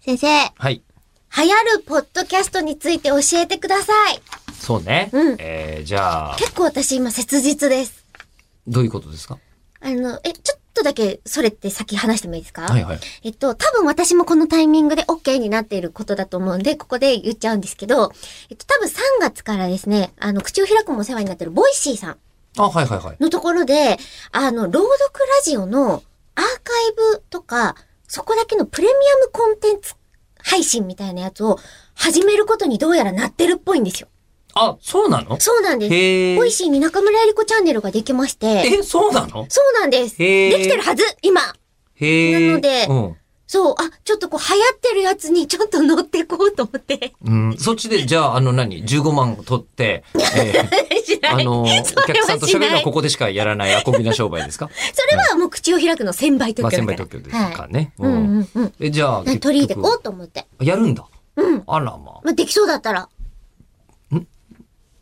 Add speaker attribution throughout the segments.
Speaker 1: 先生、
Speaker 2: はい。
Speaker 1: 流行るポッドキャストについて教えてください。
Speaker 2: そうね。
Speaker 1: うん
Speaker 2: えー、じゃあ、
Speaker 1: 結構私今切実です。
Speaker 2: どういうことですか
Speaker 1: あの、え、ちょっとだけ、それって先話してもいいですか
Speaker 2: はいはい。
Speaker 1: えっと、多分私もこのタイミングで OK になっていることだと思うんで、ここで言っちゃうんですけど、えっと、多分3月からですね、あの、口を開くもお世話になってるボイシーさん
Speaker 2: あ、はいはいはい。
Speaker 1: のところで、あの、朗読ラジオのアーカイブとか、そこだけのプレミアムコンテンツ配信みたいなやつを始めることにどうやらなってるっぽいんですよ。
Speaker 2: あ、そうなの
Speaker 1: そうなんです。
Speaker 2: へえ
Speaker 1: ボ。イシーに中村えり子チャンネルができまして、
Speaker 2: え、そうなの
Speaker 1: そうなんです。
Speaker 2: へ
Speaker 1: で
Speaker 2: え
Speaker 1: きてるはず、今。
Speaker 2: へえ。
Speaker 1: なので
Speaker 2: うん。
Speaker 1: そう、あ、ちょっとこう流行ってるやつにちょっと乗っていこうと思って。
Speaker 2: うん、そっちで、じゃあ、あの何、15万取って、えー
Speaker 1: し ない
Speaker 2: あの、お客さんと喋るのは
Speaker 1: それはしない
Speaker 2: ここでしかやらないアコギな商売 ですか
Speaker 1: それはもう口を開くの1000倍特
Speaker 2: まあ、
Speaker 1: 許だか
Speaker 2: 先
Speaker 1: ら。
Speaker 2: 輩特許です
Speaker 1: は
Speaker 2: か
Speaker 1: い。
Speaker 2: ね。
Speaker 1: う
Speaker 2: うんん。
Speaker 1: うんうん。
Speaker 2: え、じゃあ、
Speaker 1: な
Speaker 2: 結
Speaker 1: 取り入れこ
Speaker 2: 局、
Speaker 1: うと思って。
Speaker 2: やるんだ。
Speaker 1: うん。
Speaker 2: あらま
Speaker 1: まあ、できそうだったら。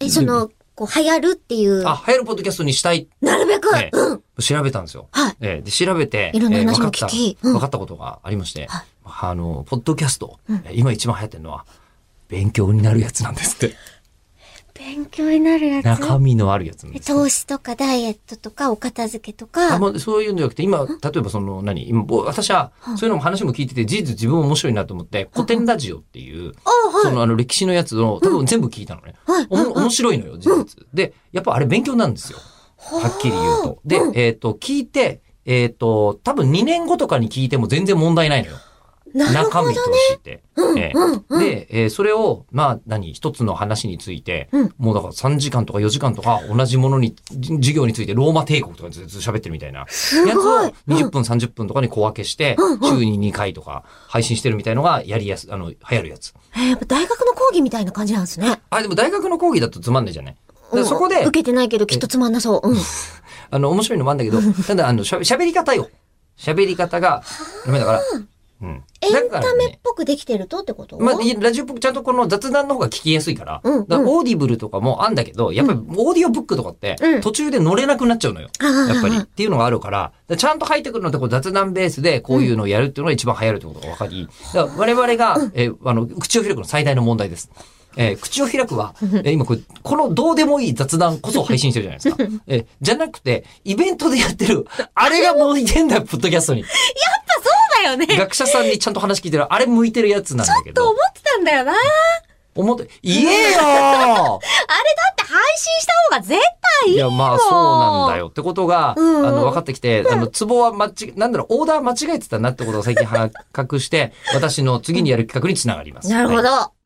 Speaker 1: え、その、こう流行るっていう。
Speaker 2: あ。あ、流行るポッドキャストにしたい
Speaker 1: なるべく、
Speaker 2: ええ
Speaker 1: うん。
Speaker 2: 調べたんですよ。
Speaker 1: はい
Speaker 2: ええで、調べて、
Speaker 1: いろんな
Speaker 2: ええ
Speaker 1: 話も
Speaker 2: 分かった
Speaker 1: 聞きうん
Speaker 2: 分かったことがありまして、
Speaker 1: はい
Speaker 2: あの、ポッドキャスト、ええ今一番流行ってるのは、勉強になるやつなんです って。
Speaker 1: 勉強になるやつ。
Speaker 2: 中身のあるやつなんです、ね。
Speaker 1: 投資とかダイエットとかお片付けと
Speaker 2: あ
Speaker 1: か。
Speaker 2: まあそういうんじゃなくて、今、例えばその、何今、ぼ私は、そういうのも話も聞いてて、事実自分も面白いなと思って、古典ラジオっていう、
Speaker 1: お
Speaker 2: そ
Speaker 1: はい。
Speaker 2: のあの歴史のやつを多分全部聞いたのね。
Speaker 1: はい
Speaker 2: おも面白いのよ、事実。で、やっぱあれ勉強なんですよ。はっきり言うと。で、えっ、と、聞いて、えっ、と、多分2年後とかに聞いても全然問題ないのよ。
Speaker 1: なる
Speaker 2: 中
Speaker 1: ほど
Speaker 2: 身
Speaker 1: ね
Speaker 2: と。してって。ええで、えーそれを、まあ、何、一つの話について、
Speaker 1: うん
Speaker 2: もうだから3時間とか4時間とか、同じものに、じ授業についてローマ帝国とかずっと喋ってるみたいな。やつを
Speaker 1: ごい
Speaker 2: 20分、30分とかに小分けして、週に2回とか配信してるみたいのが、やりやす、あの、流行るやつ。
Speaker 1: えーやっぱ大学の講義みたいな感じなんですね。
Speaker 2: あ、でも大学の講義だとつまんないじゃない。だからそ
Speaker 1: う
Speaker 2: こ
Speaker 1: ん
Speaker 2: で
Speaker 1: 受、けてないけどきっとつまんなそう。うん。
Speaker 2: あの、面白いのもあるんだけど、ただ、あの、しゃ喋り方よ。喋り方が、ダメだから。うん。
Speaker 1: エン
Speaker 2: だか
Speaker 1: タ
Speaker 2: ら
Speaker 1: メ
Speaker 2: ね
Speaker 1: っぽくできてるとってこと
Speaker 2: まあ、いラジオっぽくちゃんとこの雑談の方が聞きやすいから、
Speaker 1: うん
Speaker 2: だからオーディブルとかもあんだけど、やっぱりオーディオブックとかって
Speaker 1: うん
Speaker 2: 途中で乗れなくなっちゃうのよ。
Speaker 1: あー
Speaker 2: やっぱりっていうのがあるから、だからちゃんと入ってくるのってこう雑談ベースでこういうのをやるっていうのが一番流行るってことが分かり、だから我々が、えーあの、口を開くの最大の問題です。えー口を開くは、えー今これ、このどうでもいい雑談こそ配信してるじゃないですか。えーじゃなくて、イベントでやってる、あれが向いてんだよ、ポッドキャストに。
Speaker 1: そうだよね。ちょっ
Speaker 2: 学者さんにちゃんと話聞いてる、あれ向いてるやつなんだけど。
Speaker 1: と思ってたんだよな。あれ
Speaker 2: 思って、 言えよ
Speaker 1: だって配信した方が絶対い
Speaker 2: ー
Speaker 1: い
Speaker 2: い
Speaker 1: よ。
Speaker 2: や、まあそうなんだよ。ってことが、
Speaker 1: うん
Speaker 2: あの、分かってきて、あの、ツボは間違、なんだろう、オーダー間違えてたなってことが最近発覚して、私の次にやる企画につながります。
Speaker 1: なるほど。
Speaker 2: はい